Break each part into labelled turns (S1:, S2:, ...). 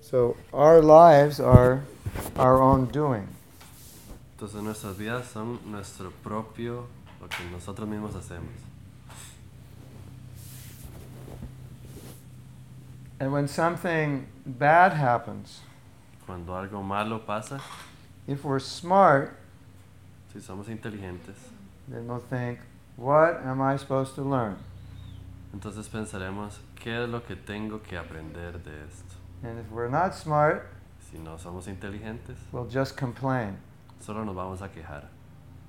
S1: So our lives are our own doing.
S2: Entonces nuestras vidas son nuestro propio, lo que nosotros mismos hacemos.
S1: And when something bad happens,
S2: Cuando algo malo pasa,
S1: if we're smart,
S2: si somos inteligentes,
S1: then we'll think, what am I supposed to learn?
S2: entonces pensaremos qué es lo que tengo que aprender de esto.
S1: And if we're not smart,
S2: Si no somos inteligentes,
S1: we'll just complain
S2: solo nos vamos a quejar.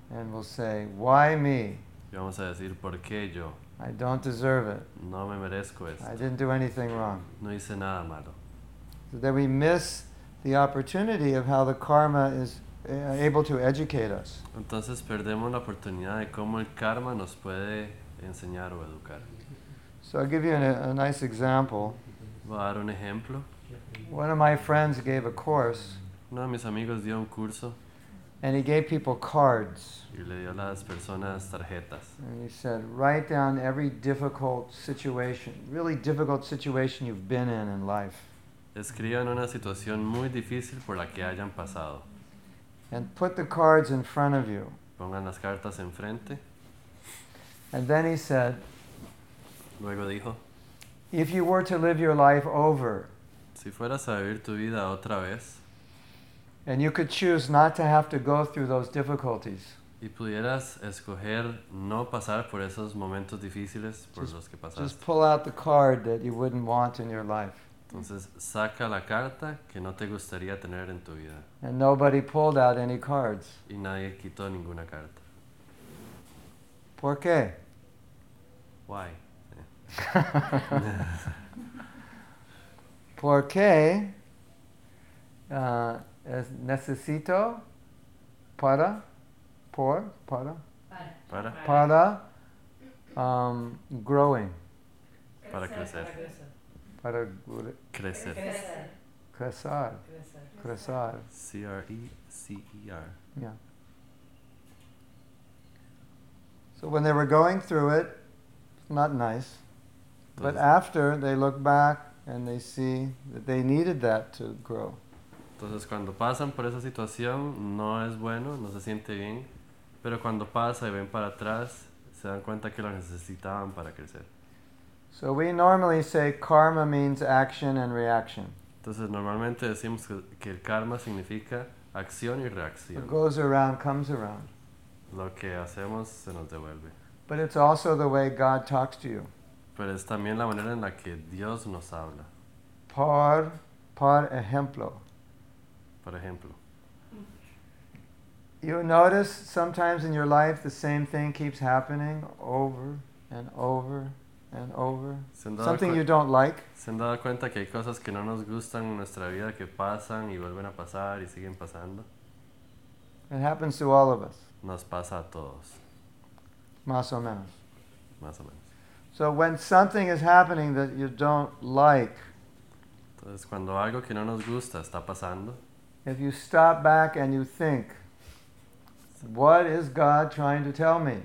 S1: and we'll say, why me?
S2: Y vamos a decir, ¿por qué yo?
S1: I don't deserve it.
S2: No me merezco
S1: I
S2: esto.
S1: didn't do anything wrong.
S2: No hice nada malo.
S1: So then we miss the opportunity of how the karma is uh, able to educate us.
S2: Entonces perdemos la oportunidad de cómo el karma nos puede enseñar o educar.
S1: So I'll give you an, a nice example.
S2: Voy a dar un ejemplo.
S1: One of my friends gave a course,
S2: Uno de mis amigos dio un curso
S1: and he gave people cards.
S2: y le dio a las personas tarjetas.
S1: And he said, write down every difficult situation, really difficult situation you've been in in life,
S2: Escriban una situación muy difícil por la que hayan pasado.
S1: and put the cards in front of you.
S2: Pongan las cartas enfrente.
S1: And then he said,
S2: Luego dijo,
S1: if you were to live your life over,
S2: si fueras a vivir tu vida otra vez
S1: and you could choose not to have to go through those difficulties,
S2: y pudieras escoger no pasar por esos momentos difíciles por
S1: Just-
S2: los que
S1: just
S2: pasaste,
S1: pull out the card that you wouldn't want in your life.
S2: entonces saca la carta que no te gustaría tener en tu vida.
S1: And nobody pulled out any cards.
S2: Y nadie quitó ninguna carta.
S1: Por qué?
S2: Why?
S1: Por qué uh, es necesito para, por, para,
S2: Para,
S1: para um, growing,
S2: para crecer.
S1: para gr-
S2: Crecer.
S1: crecer, crecer.
S2: E C-R-E-C-E-R.
S1: Yeah. So when they were going through it, not nice. But
S2: Entonces-
S1: after they look back and they see that they needed that to grow.
S2: Entonces cuando pasan por esa situación no es bueno, no se siente bien, pero cuando pasa y ven para atrás se dan cuenta que lo necesitaban para crecer.
S1: So we normally say karma means action and reaction.
S2: Entonces normalmente decimos que, que el karma significa acción y reacción.
S1: What goes around comes around.
S2: Lo que hacemos se nos devuelve.
S1: But it's also the way God talks to you.
S2: Pero es también la manera en la que Dios nos habla.
S1: Por, por ejemplo.
S2: Por ejemplo,
S1: You notice sometimes in your life the same thing keeps happening over and over and over.
S2: ¿se han, dado
S1: Something
S2: cuen-
S1: you don't like.
S2: se han dado cuenta que hay cosas que no nos gustan en nuestra vida que pasan y vuelven a pasar y siguen pasando?
S1: It happens to all of us,
S2: Nos pasa a todos,
S1: más o menos.
S2: más o menos.
S1: So when something is happening that you don't like,
S2: Entonces, cuando algo que no nos gusta está pasando,
S1: if you stop back and you think, what is God trying to tell me?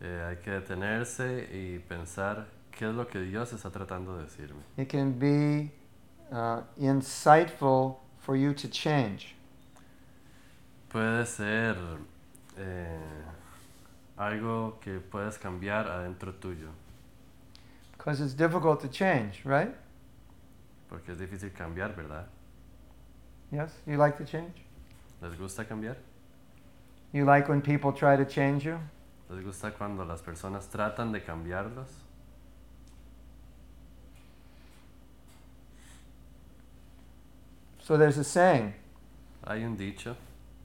S2: eh, hay que detenerse y pensar qué es lo que Dios está tratando de decirme.
S1: It can be uh, insightful for you to change.
S2: Puede ser eh, algo que puedes cambiar adentro tuyo,
S1: Because it's difficult to change, right?
S2: porque es difícil cambiar, ¿verdad?
S1: Yes? You like to change?
S2: ¿Les gusta cambiar?
S1: You like when people try to change you?
S2: ¿Les gusta cuando las personas tratan de cambiarlos?
S1: So there's a saying
S2: Hay un dicho,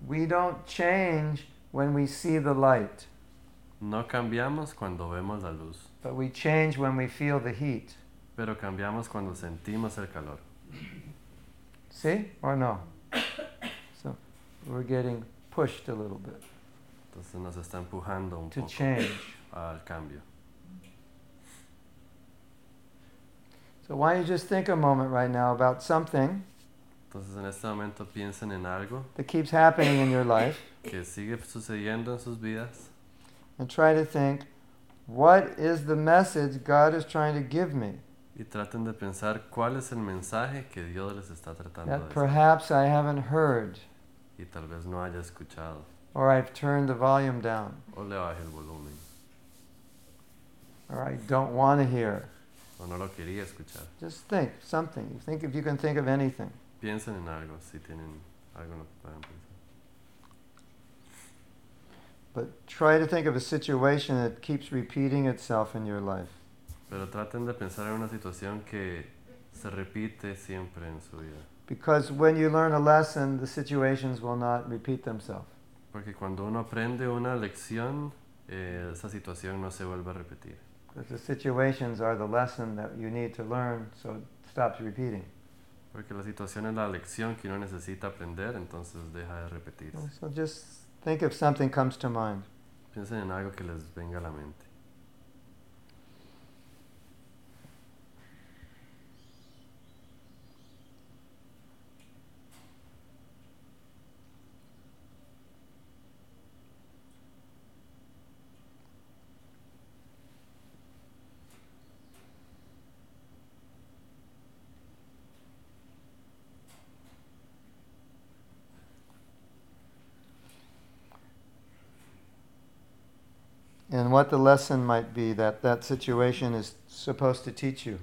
S1: we don't change when we see the light,
S2: no cambiamos cuando vemos la luz,
S1: but we change when we feel the heat.
S2: pero cambiamos cuando sentimos el calor.
S1: See? Or no? So we're getting pushed a little bit
S2: Entonces nos está empujando un
S1: to
S2: poco
S1: change.
S2: al cambio.
S1: So why don't you just think a moment right now about something
S2: Entonces en este momento piensen en algo
S1: that keeps happening in your life
S2: que sigue sucediendo en sus vidas
S1: and try to think, what is the message God is trying to give me?
S2: y traten de pensar cuál es el mensaje que Dios les está tratando de
S1: that
S2: decir
S1: perhaps I haven't heard
S2: y tal vez no haya escuchado
S1: or I've turned the volume down
S2: o le baje el volumen
S1: or I don't want to hear.
S2: o no lo quería escuchar.
S1: Just think something. Think if you can think of anything.
S2: Piensen en algo, si tienen algo no pueden pensar.
S1: But try to think of a situation that keeps repeating itself in your life.
S2: Pero traten de pensar en una situación que se repite siempre en su vida.
S1: Because when you learn a lesson, the situations will not repeat themselves.
S2: Porque cuando uno aprende una lección, eh, esa situación no se vuelve a repetir.
S1: Because the situations are the lesson that you need to learn, so it stops repeating.
S2: Porque la situación es la lección que uno necesita aprender, entonces deja de repetirse.
S1: So just think if something comes to mind.
S2: Piensen en algo que les venga a la mente.
S1: and what the lesson might be that that situation is supposed to teach you.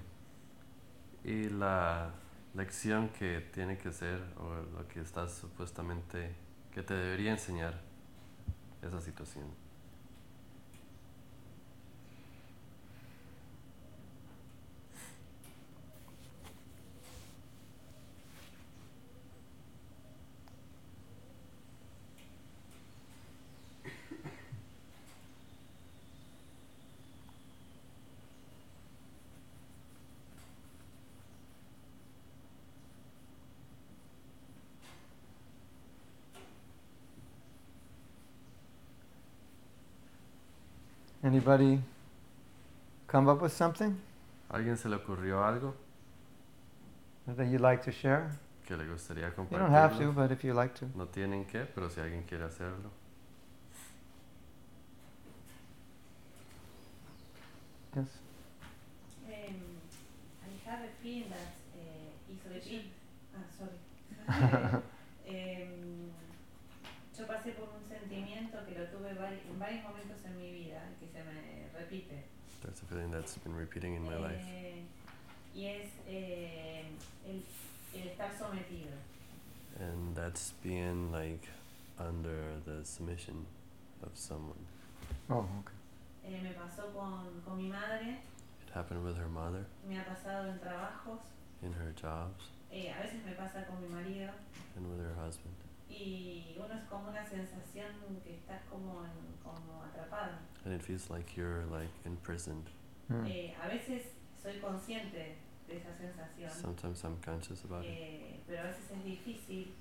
S2: Y la lección que tiene que ser, o lo que estás supuestamente, que te debería enseñar esa situación.
S1: Anybody come up with something
S2: ¿A ¿Alguien se le ocurrió algo
S1: that you'd like to share?
S2: que le gustaría
S1: You don't have to,
S2: compartir?
S1: but if you like to.
S2: No tienen que, pero si alguien quiere hacerlo.
S1: Yes.
S2: Em,
S3: Um, I have a film that
S2: eh,
S3: uh, is repeat. Ah, sorry. Em, yo pasé por un sentimiento que lo tuve vari- en varios momentos en mi vida, que se me repite.
S2: That's a feeling that's been repeating in my life.
S3: Eh, y es eh, el, el estar sometido.
S2: And that's being like under the submission of someone.
S1: Oh,
S3: Eh, me pasó con, con mi madre,
S2: It happened with her mother,
S3: me ha pasado en trabajos,
S2: in her jobs,
S3: eh, a veces me pasa con mi marido.
S2: and with her husband.
S3: Y uno es como una sensación que estás como, en- como atrapado.
S2: And it feels like you're like imprisoned.
S1: okay.
S3: Eh, a veces soy consciente de esa sensación,
S2: Sometimes I'm conscious about it,
S3: eh, pero a veces es difícil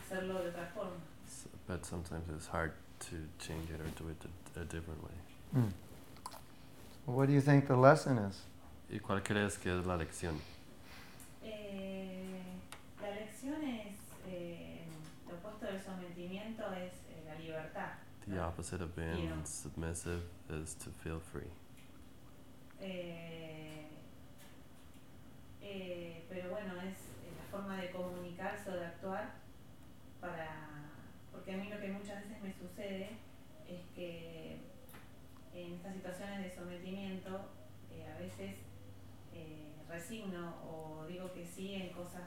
S3: hacerlo de otra forma.
S2: s- but sometimes it's hard to change it or do it a, a different way.
S1: Hmm. Hmm. What do you think the lesson is?
S2: ¿Y cuál crees que es la lección?
S3: Eh, la lección es, eh, lo opuesto del sometimiento es eh, la libertad.
S2: The opposite of being
S3: Yeah.
S2: submissive is to feel free.
S3: Eh, eh, pero bueno, es eh, la forma de comunicarse o de actuar para... Porque a mí lo que muchas veces me sucede es que en estas situaciones de sometimiento eh, a veces eh, resigno o digo que sí en cosas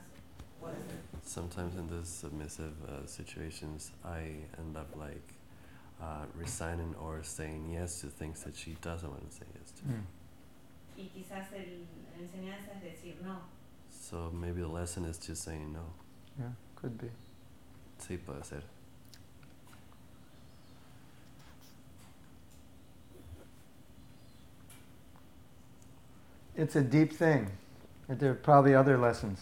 S3: por hacer.
S2: Sometimes in these submissive uh, situations, I end up like uh, resigning or saying yes to things that she doesn't want to say yes to.
S1: Hmm.
S3: Y quizás el, la enseñanza es decir no.
S2: So maybe the lesson is just saying no.
S1: Yeah, could be.
S2: Sí, puede ser.
S1: It's a deep thing. but There are probably other lessons.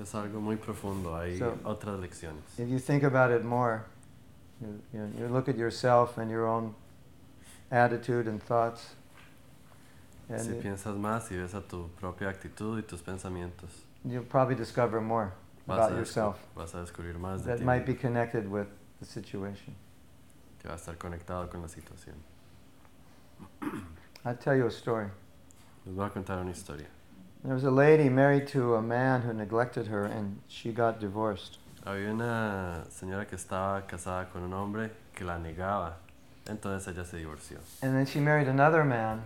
S2: Es algo muy profundo. Hay
S1: So-
S2: otras lecciones.
S1: If you think about it more, you, you, you look at yourself and your own attitude and thoughts.
S2: Si
S1: And it-
S2: piensas más y ves a tu propia actitud y tus pensamientos,
S1: you'll probably discover more
S2: vas,
S1: about
S2: a, descu-
S1: yourself
S2: vas a descubrir más de
S1: that
S2: ti
S1: might be connected with the situation.
S2: que va a estar conectado con la situación.
S1: I'll tell you a story.
S2: Les voy a contar una historia.
S1: There was a lady married to a man who neglected her and she got divorced.
S2: Había una señora que estaba casada con un hombre que la negaba. Entonces ella se divorció.
S1: And then she married another man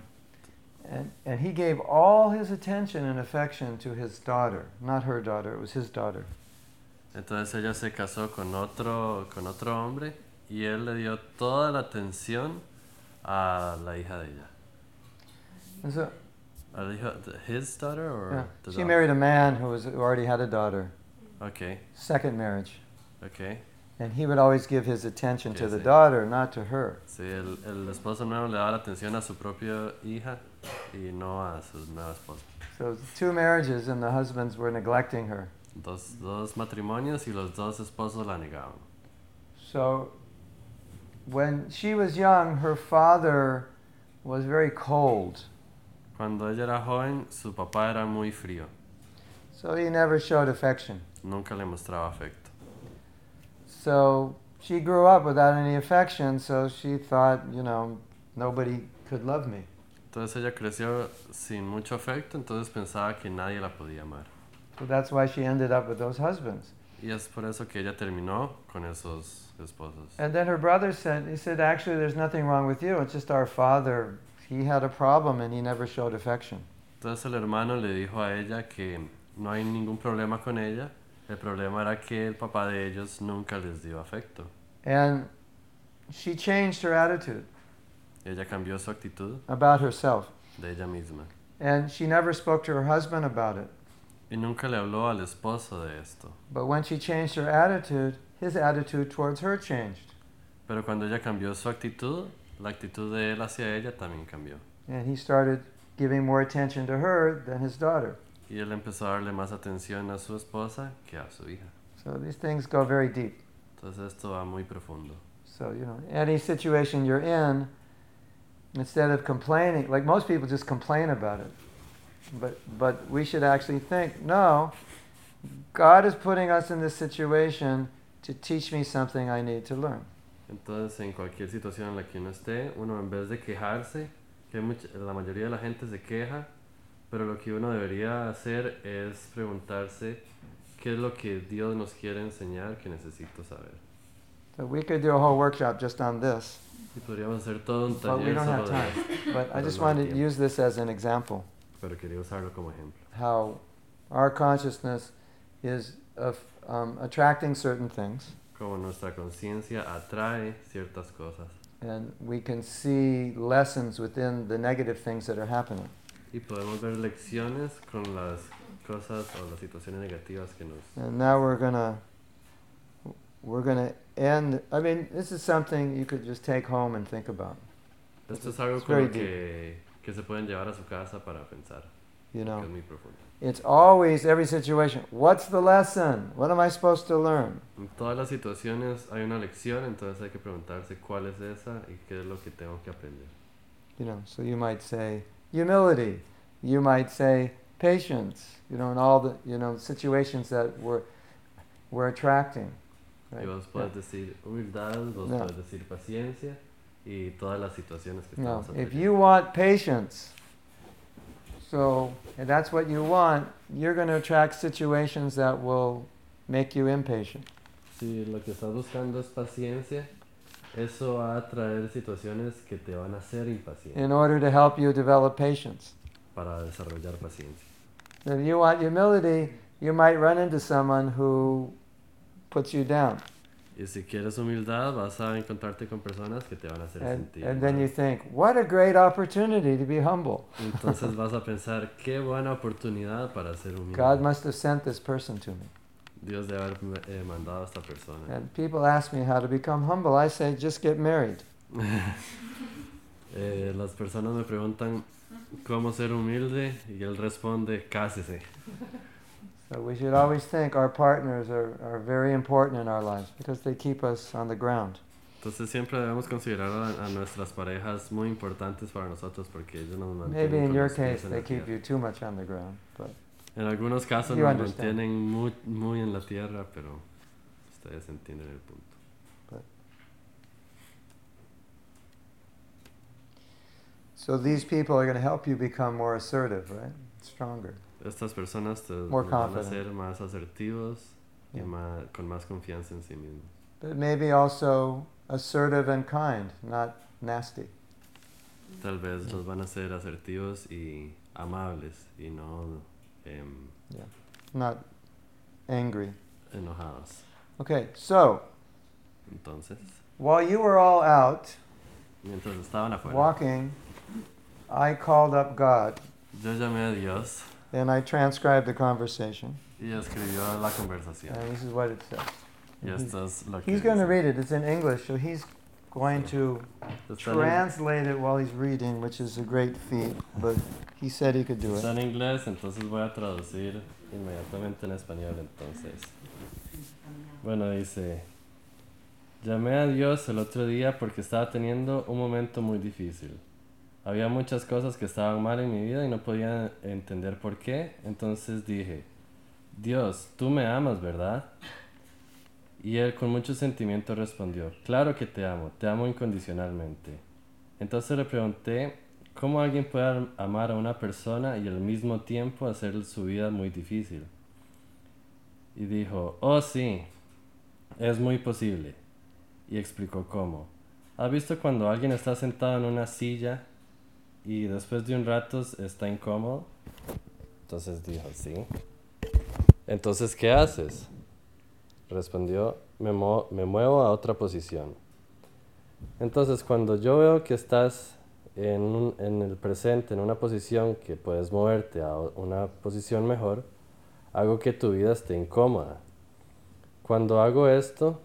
S1: and, and he gave all his attention and affection to his daughter. Not her daughter, it was his daughter.
S2: Entonces ella se casó con otro, con otro hombre y él le dio toda la atención a la hija de ella.
S1: And so
S2: ¿A la hija de- his daughter or
S1: yeah,
S2: the
S1: she
S2: daughter?
S1: married a man who, was, who already had a daughter,
S2: Okay,
S1: second marriage.
S2: okay.
S1: And he would always give his attention to
S2: Yes,
S1: the
S2: I-
S1: daughter, not to her.
S2: Sí, el, el esposo nuevo le daba la atención a su propia hija y no a su nueva esposa.
S1: So it's two marriages and the husbands were neglecting her.
S2: Dos, dos matrimonios y los dos esposos la negaban.
S1: So when she was young, her father was very cold.
S2: Cuando ella era joven, su papá era muy frío.
S1: So he never showed affection.
S2: Nunca le mostraba afecto.
S1: So she grew up without any affection, so she thought, you know, nobody could love me.
S2: Entonces ella creció sin mucho afecto, entonces pensaba que nadie la podía amar.
S1: So that's why she ended up with those husbands.
S2: Y es por eso que ella terminó con esos esposos.
S1: And then her brother said, he said, actually, there's nothing wrong with you. It's just our father, he had a problem and he never showed affection.
S2: Entonces el hermano le dijo a ella que no hay ningún problema con ella. El problema era que el papá de ellos nunca les dio afecto.
S1: And she changed her attitude
S2: Ella cambió su actitud
S1: about herself.
S2: de ella misma.
S1: And she never spoke to her husband about it.
S2: Y nunca le habló al esposo de esto.
S1: But when she changed her attitude, his attitude towards her changed.
S2: Pero cuando ella cambió su actitud, la actitud de él hacia ella también cambió.
S1: And he started giving more attention to her than his daughter.
S2: Y él empezó a darle más atención a su esposa que a su hija.
S1: So these things go very deep.
S2: Entonces esto va muy profundo.
S1: So, you know, any situation you're in, instead of complaining, like most people just complain about it. But, but we should actually think no, God is putting us in this situation to teach me something I need to learn.
S2: Entonces en cualquier situación en la que uno esté, uno en vez de quejarse, que much- la mayoría de la gente se queja, pero lo que uno debería hacer es preguntarse qué es lo que Dios nos quiere enseñar que necesito saber.
S1: So we could do a whole workshop just on this,
S2: Y podríamos hacer todo un
S1: but we
S2: taller
S1: don't
S2: solo
S1: have
S2: de
S1: time.
S2: esto,
S1: But I
S2: Pero
S1: just
S2: no hay
S1: wanted to
S2: tiempo.
S1: use this as an example
S2: pero quería usarlo como ejemplo.
S1: how our consciousness is of, um, attracting certain things,
S2: como nuestra conciencia atrae ciertas cosas
S1: and we can see lessons within the negative things that are happening.
S2: y podemos ver lecciones con las cosas o las situaciones negativas que nos
S1: And now we're gonna we're gonna end. I mean, this is something you could just take home and think about.
S2: esto es
S1: It's
S2: algo con
S1: very
S2: lo que, que se pueden llevar a su casa para pensar
S1: You
S2: que es
S1: know,
S2: muy profundo
S1: it's always every situation. What's the lesson? What am I supposed to learn?
S2: en todas las situaciones hay una lección entonces hay que preguntarse cuál es esa y qué es lo que tengo que aprender
S1: You know, so you might say humility. You might say patience. You know, in all the you know situations that we're we're attracting.
S2: y vos puedes decir humildad vos
S1: No.
S2: puedes decir paciencia y todas las situaciones que
S1: No,
S2: estamos
S1: if
S2: atrayendo
S1: you want patience, so if that's what you want, you're going to attract situations that will make you impatient.
S2: si lo que estás buscando es paciencia eso va a traer situaciones que te van a hacer impaciente
S1: In order to help you develop patience,
S2: para desarrollar paciencia.
S1: if you want humility, you might run into someone who puts you down,
S2: Y si quieres humildad, vas a encontrarte con personas que te van a hacer
S1: and,
S2: sentir.
S1: and then
S2: mal.
S1: you think, "What a great opportunity to be humble!
S2: Entonces vas a pensar, qué buena oportunidad para ser
S1: God
S2: humilde.
S1: must have sent this person to me."
S2: Dios debe haber eh, mandado a esta persona.
S1: And people ask me how to become humble. I say, "Just get married."
S2: Eh, las personas me preguntan cómo ser humilde y él responde, cásese.
S1: So we should always think our partners are, are very important in our lives because they keep us on the ground.
S2: Entonces siempre debemos considerar a, a nuestras parejas muy importantes para nosotros porque ellos nos mantienen.
S1: Maybe in
S2: con
S1: your
S2: los pies
S1: case
S2: en la
S1: they keep
S2: tierra.
S1: you too much on the ground, but
S2: En algunos casos
S1: You
S2: nos
S1: understand.
S2: mantienen muy, muy en la tierra, pero ustedes entienden el punto.
S1: so these people are going to help you become more assertive, right? Stronger.
S2: estas personas te
S1: More
S2: van a
S1: confident.
S2: ser más asertivos y
S1: Yeah.
S2: más, con más confianza en sí mismos.
S1: But maybe also assertive and kind, not nasty.
S2: Tal vez los van a ser asertivos y amables y no em,
S1: not angry.
S2: enojados.
S1: Okay, so
S2: Entonces,
S1: while you were all out
S2: mientras estaban afuera,
S1: walking, I called up God
S2: yo llamé a Dios
S1: and I transcribed the conversation.
S2: y escribió la conversación.
S1: And this is what it says.
S2: Y esto es lo
S1: Mm-hmm.
S2: que
S1: He's going to
S2: dice.
S1: read it. It's in English, so he's going to
S2: Está en-
S1: translate it while he's reading, which is a great feat, but he said he could do
S2: Está
S1: it.
S2: en inglés, entonces voy a traducir inmediatamente en español entonces. Bueno, dice, llamé a Dios el otro día porque estaba teniendo un momento muy difícil. Había muchas cosas que estaban mal en mi vida y no podía entender por qué, entonces dije, Dios, tú me amas, ¿verdad? Y él con mucho sentimiento respondió, claro que te amo, te amo incondicionalmente. Entonces le pregunté, ¿Cómo alguien puede am- amar a una persona y al mismo tiempo hacer su vida muy difícil? Y dijo, oh sí, es muy posible. Y explicó cómo. ¿Has visto cuando alguien está sentado en una silla y después de un rato s- está incómodo? Entonces dijo, sí. Entonces, ¿qué haces? Respondió, me, mo- me muevo a otra posición. Entonces, cuando yo veo que estás en, un- en el presente, en una posición que puedes moverte a o- una posición mejor, hago que tu vida esté incómoda. Cuando hago esto,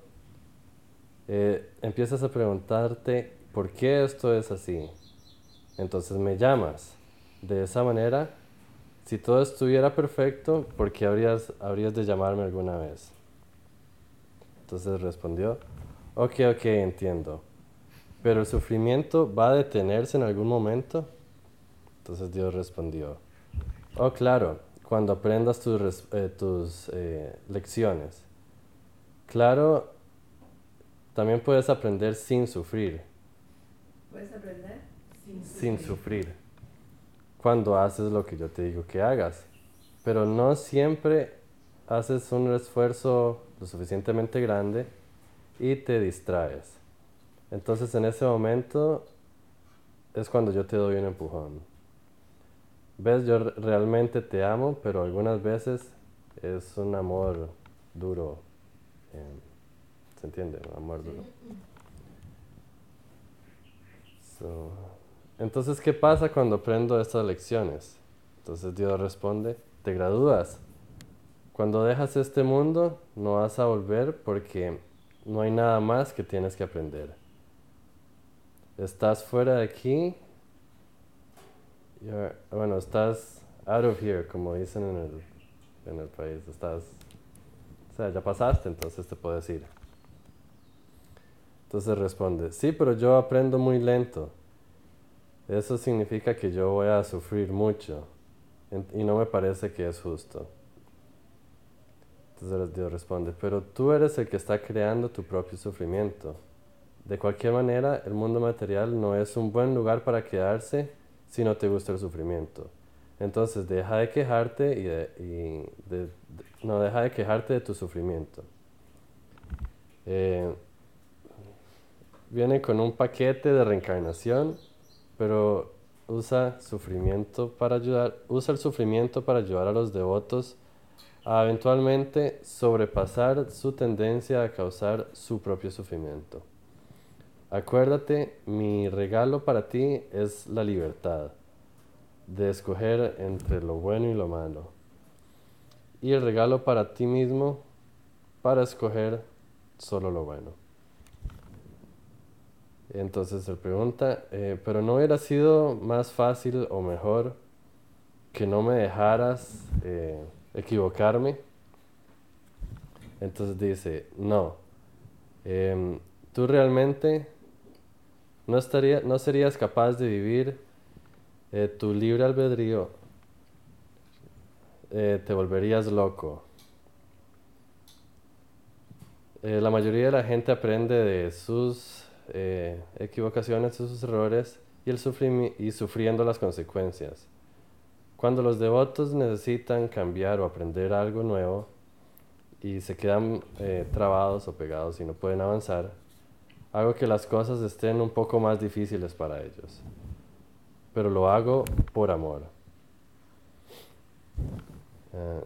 S2: eh, empiezas a preguntarte por qué esto es así. Entonces me llamas. De esa manera, si todo estuviera perfecto, ¿por qué habrías, habrías de llamarme alguna vez? Entonces respondió, ok, ok, entiendo. Pero el sufrimiento va a detenerse en algún momento. Entonces Dios respondió, oh claro, cuando aprendas tus, res- eh, tus eh, lecciones. Claro, también puedes aprender sin sufrir,
S4: ¿Puedes aprender?
S2: sin sufrir, cuando haces lo que yo te digo que hagas. Pero no siempre haces un esfuerzo lo suficientemente grande y te distraes. Entonces en ese momento es cuando yo te doy un empujón. Ves, yo re- realmente te amo, pero algunas veces es un amor duro. em, ¿Se entiende? Un amor duro. So, entonces, ¿qué pasa cuando aprendo estas lecciones? Entonces Dios responde, te gradúas. Cuando dejas este mundo, no vas a volver porque no hay nada más que tienes que aprender. Estás fuera de aquí. You're- bueno, estás out of here, como dicen en el, en el país. Estás, o sea, ya pasaste, entonces te puedes ir. Entonces responde, sí, pero yo aprendo muy lento. Eso significa que yo voy a sufrir mucho en- y no me parece que es justo. Entonces Dios responde, pero tú eres el que está creando tu propio sufrimiento. De cualquier manera, el mundo material no es un buen lugar para quedarse si no te gusta el sufrimiento. Entonces deja de quejarte y, de- y de- de- no deja de quejarte de tu sufrimiento. Eh, viene con un paquete de reencarnación, pero usa sufrimiento para ayudar, usa el sufrimiento para ayudar a los devotos a eventualmente sobrepasar su tendencia a causar su propio sufrimiento. Acuérdate, mi regalo para ti es la libertad de escoger entre lo bueno y lo malo. Y el regalo para ti mismo para escoger solo lo bueno. Entonces se pregunta, eh, pero no hubiera sido más fácil o mejor que no me dejaras eh, equivocarme. Entonces dice, no, Em, tú realmente no, estaría, no serías capaz de vivir eh, tu libre albedrío. Eh, te volverías loco. Eh, la mayoría de la gente aprende de sus eh, equivocaciones, de sus errores y, el sufrimi- y sufriendo las consecuencias. Cuando los devotos necesitan cambiar o aprender algo nuevo y se quedan eh, trabados o pegados y no pueden avanzar, hago que las cosas estén un poco más difíciles para ellos. Pero lo hago por amor. Eh,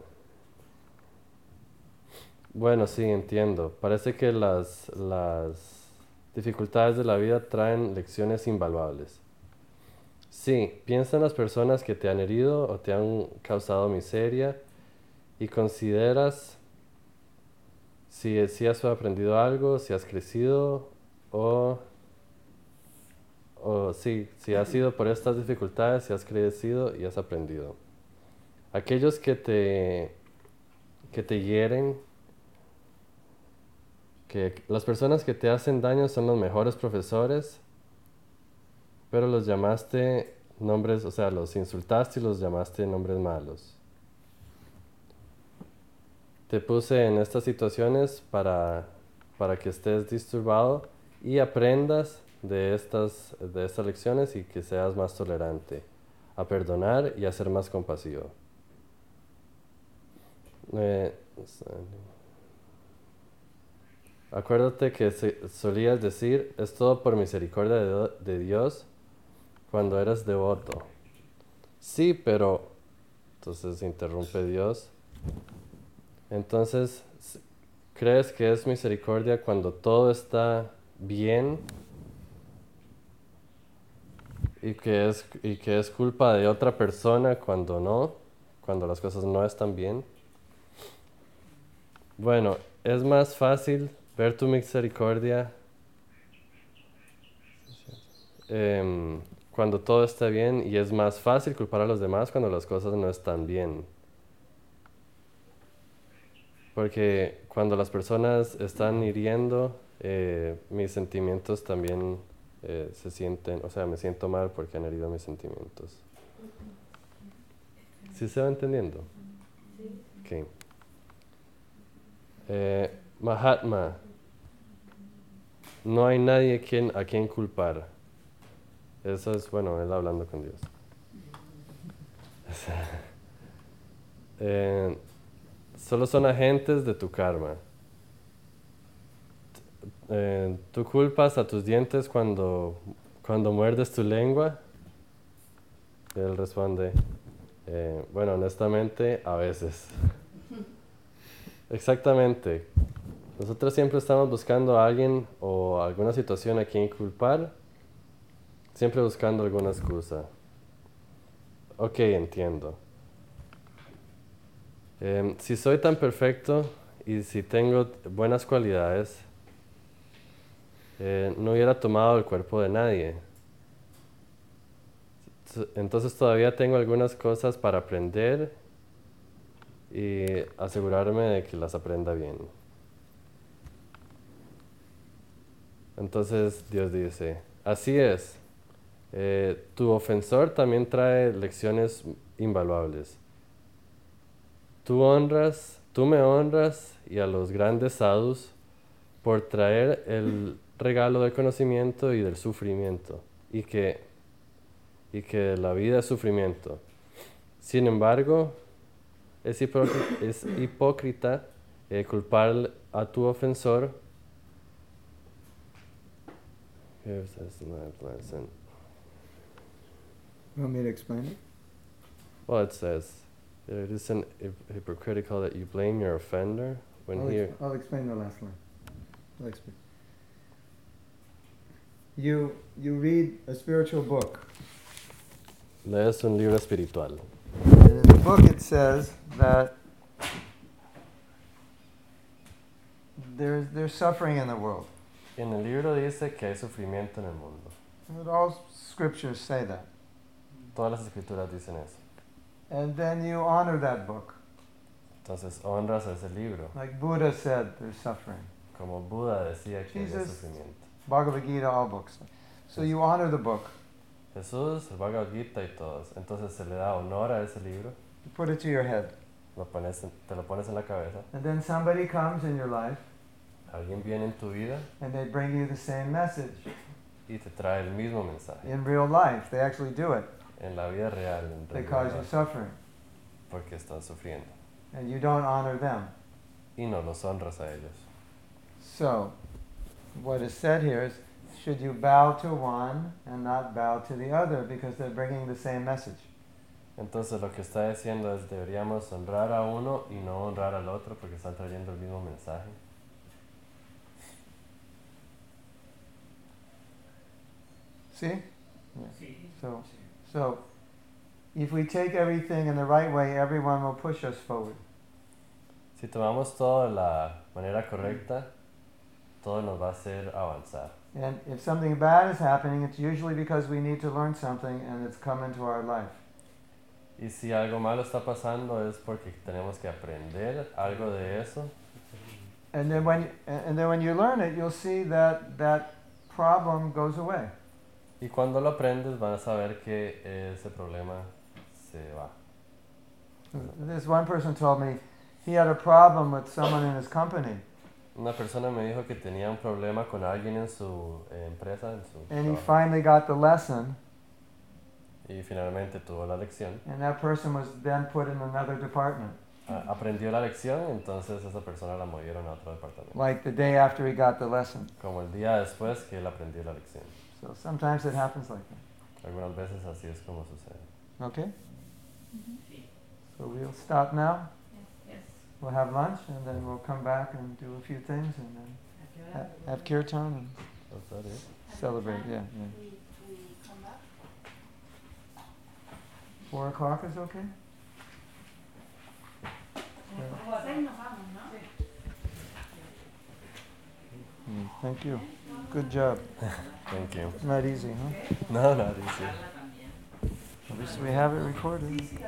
S2: bueno, sí, entiendo. Parece que las, las dificultades de la vida traen lecciones invaluables. Sí, piensa en las personas que te han herido o te han causado miseria y consideras si, si has aprendido algo, si has crecido o, o sí, si has ido por estas dificultades, si has crecido y has aprendido. Aquellos que te, que te hieren, que las personas que te hacen daño son los mejores profesores, pero los llamaste nombres, o sea, los insultaste y los llamaste nombres malos. Te puse en estas situaciones para, para que estés disturbado y aprendas de estas, de estas lecciones y que seas más tolerante, a perdonar y a ser más compasivo. Eh, Acuérdate que se- solías decir, es todo por misericordia de, do- de Dios cuando eras devoto. Sí, pero... Entonces interrumpe Dios. Entonces, s- ¿crees que es misericordia cuando todo está bien? Y que es, y que es culpa de otra persona cuando no, cuando las cosas no están bien. Bueno, es más fácil ver tu misericordia em, cuando todo está bien y es más fácil culpar a los demás cuando las cosas no están bien. Porque cuando las personas están hiriendo, eh, mis sentimientos también eh, se sienten, o sea, me siento mal porque han herido mis sentimientos. ¿Sí se va entendiendo? Ok. Eh, Mahatma, no hay nadie quien, a quien culpar. Eso es, bueno, él hablando con Dios. Eh, solo son agentes de tu karma. Eh, tú culpas a tus dientes cuando, cuando muerdes tu lengua. Él responde, eh, bueno, honestamente, a veces. Exactamente. Nosotros siempre estamos buscando a alguien o alguna situación a quien culpar, siempre buscando alguna excusa. Ok, entiendo. Em, si soy tan perfecto y si tengo buenas cualidades, eh, no hubiera tomado el cuerpo de nadie. S- Entonces todavía tengo algunas cosas para aprender y asegurarme de que las aprenda bien. Entonces Dios dice, así es, eh, tu ofensor también trae lecciones invaluables. Tú honras, tú me honras y a los grandes sadhus por traer el regalo del conocimiento y del sufrimiento y que, y que la vida es sufrimiento. Sin embargo, es, hipocri- es hipócrita eh, culpar a tu ofensor. If that's not pleasant.
S1: You want me to explain it?
S2: Well, it says it isn't hip- hypocritical that you blame your offender when
S1: I'll,
S2: he.
S1: ex- I'll explain the last line. I'll explain. You you read a spiritual book,
S2: Lees un libro espiritual.
S1: and in the book it says that there's there's suffering in the world.
S2: En el libro dice que hay sufrimiento en el mundo.
S1: And all scriptures say that.
S2: Todas las escrituras dicen eso.
S1: And then you honor that book,
S2: Entonces honras a ese libro,
S1: like Buddha said, there's suffering.
S2: como Buda decía que había
S1: Jesus.
S2: sufrimiento.
S1: Bhagavad Gita, all books. So you honor the book,
S2: Jesús, el Bhagavad Gita y todos. Entonces se le da honor a ese libro.
S1: you put it to your head,
S2: lo pones en- te lo pones en la cabeza,
S1: and then somebody comes in your life
S2: alguien viene en tu vida
S1: and they bring you the same message.
S2: y te trae el mismo mensaje.
S1: in real life. They actually do it.
S2: en la vida real. en
S1: that
S2: realidad,
S1: cause you suffering,
S2: porque estás sufriendo
S1: and you don't honor them.
S2: y no los honras a ellos.
S1: So, what is said here is should you bow to one and not bow to the other because they're bringing the same message?
S2: Entonces lo que está diciendo es deberíamos honrar a uno y no honrar al otro porque están trayendo el mismo mensaje.
S1: See?
S5: Sí.
S1: So,
S5: sí.
S1: so if we take everything in the right way, everyone will push us forward.
S2: Si tomamos todo de la manera correcta, todo nos va a hacer avanzar.
S1: And if something bad is happening, it's usually because we need to learn something and it's come into our life.
S2: Y si algo malo está pasando es porque tenemos que aprender algo de eso.
S1: And then when and then when you learn it, you'll see that that problem goes away.
S2: Y cuando lo aprendes van a saber que ese problema se va.
S1: This one person told me he had a problem with someone in his company,
S2: Una persona me dijo que tenía un problema con alguien en su eh, empresa, en su
S1: and he
S2: trabajo,
S1: finally got the lesson,
S2: y finalmente tuvo la lección.
S1: and that person was then put in another department,
S2: A- aprendió la lección, entonces esa persona la movieron a otro departamento.
S1: like the day after he got the lesson.
S2: Como el día después que él aprendió la lección.
S1: So sometimes it happens like that.
S2: Algunas veces así es como sucede.
S1: Okay,
S5: Sí.
S1: so we'll stop now.
S3: Yes.
S1: We'll have lunch, and then we'll come back and do a few things, and then
S3: ¿A qué hora?
S1: ha- have kirtan and
S2: That's that it.
S1: celebrate. Yeah, yeah.
S6: We, we come back.
S1: Four o'clock is okay.
S3: Seis nos vamos, ¿no?
S1: Mm, Thank you. Good job.
S2: Thank you.
S1: Not easy, huh?
S2: No, no, dice.
S5: Carla también.
S1: At least we have it recorded.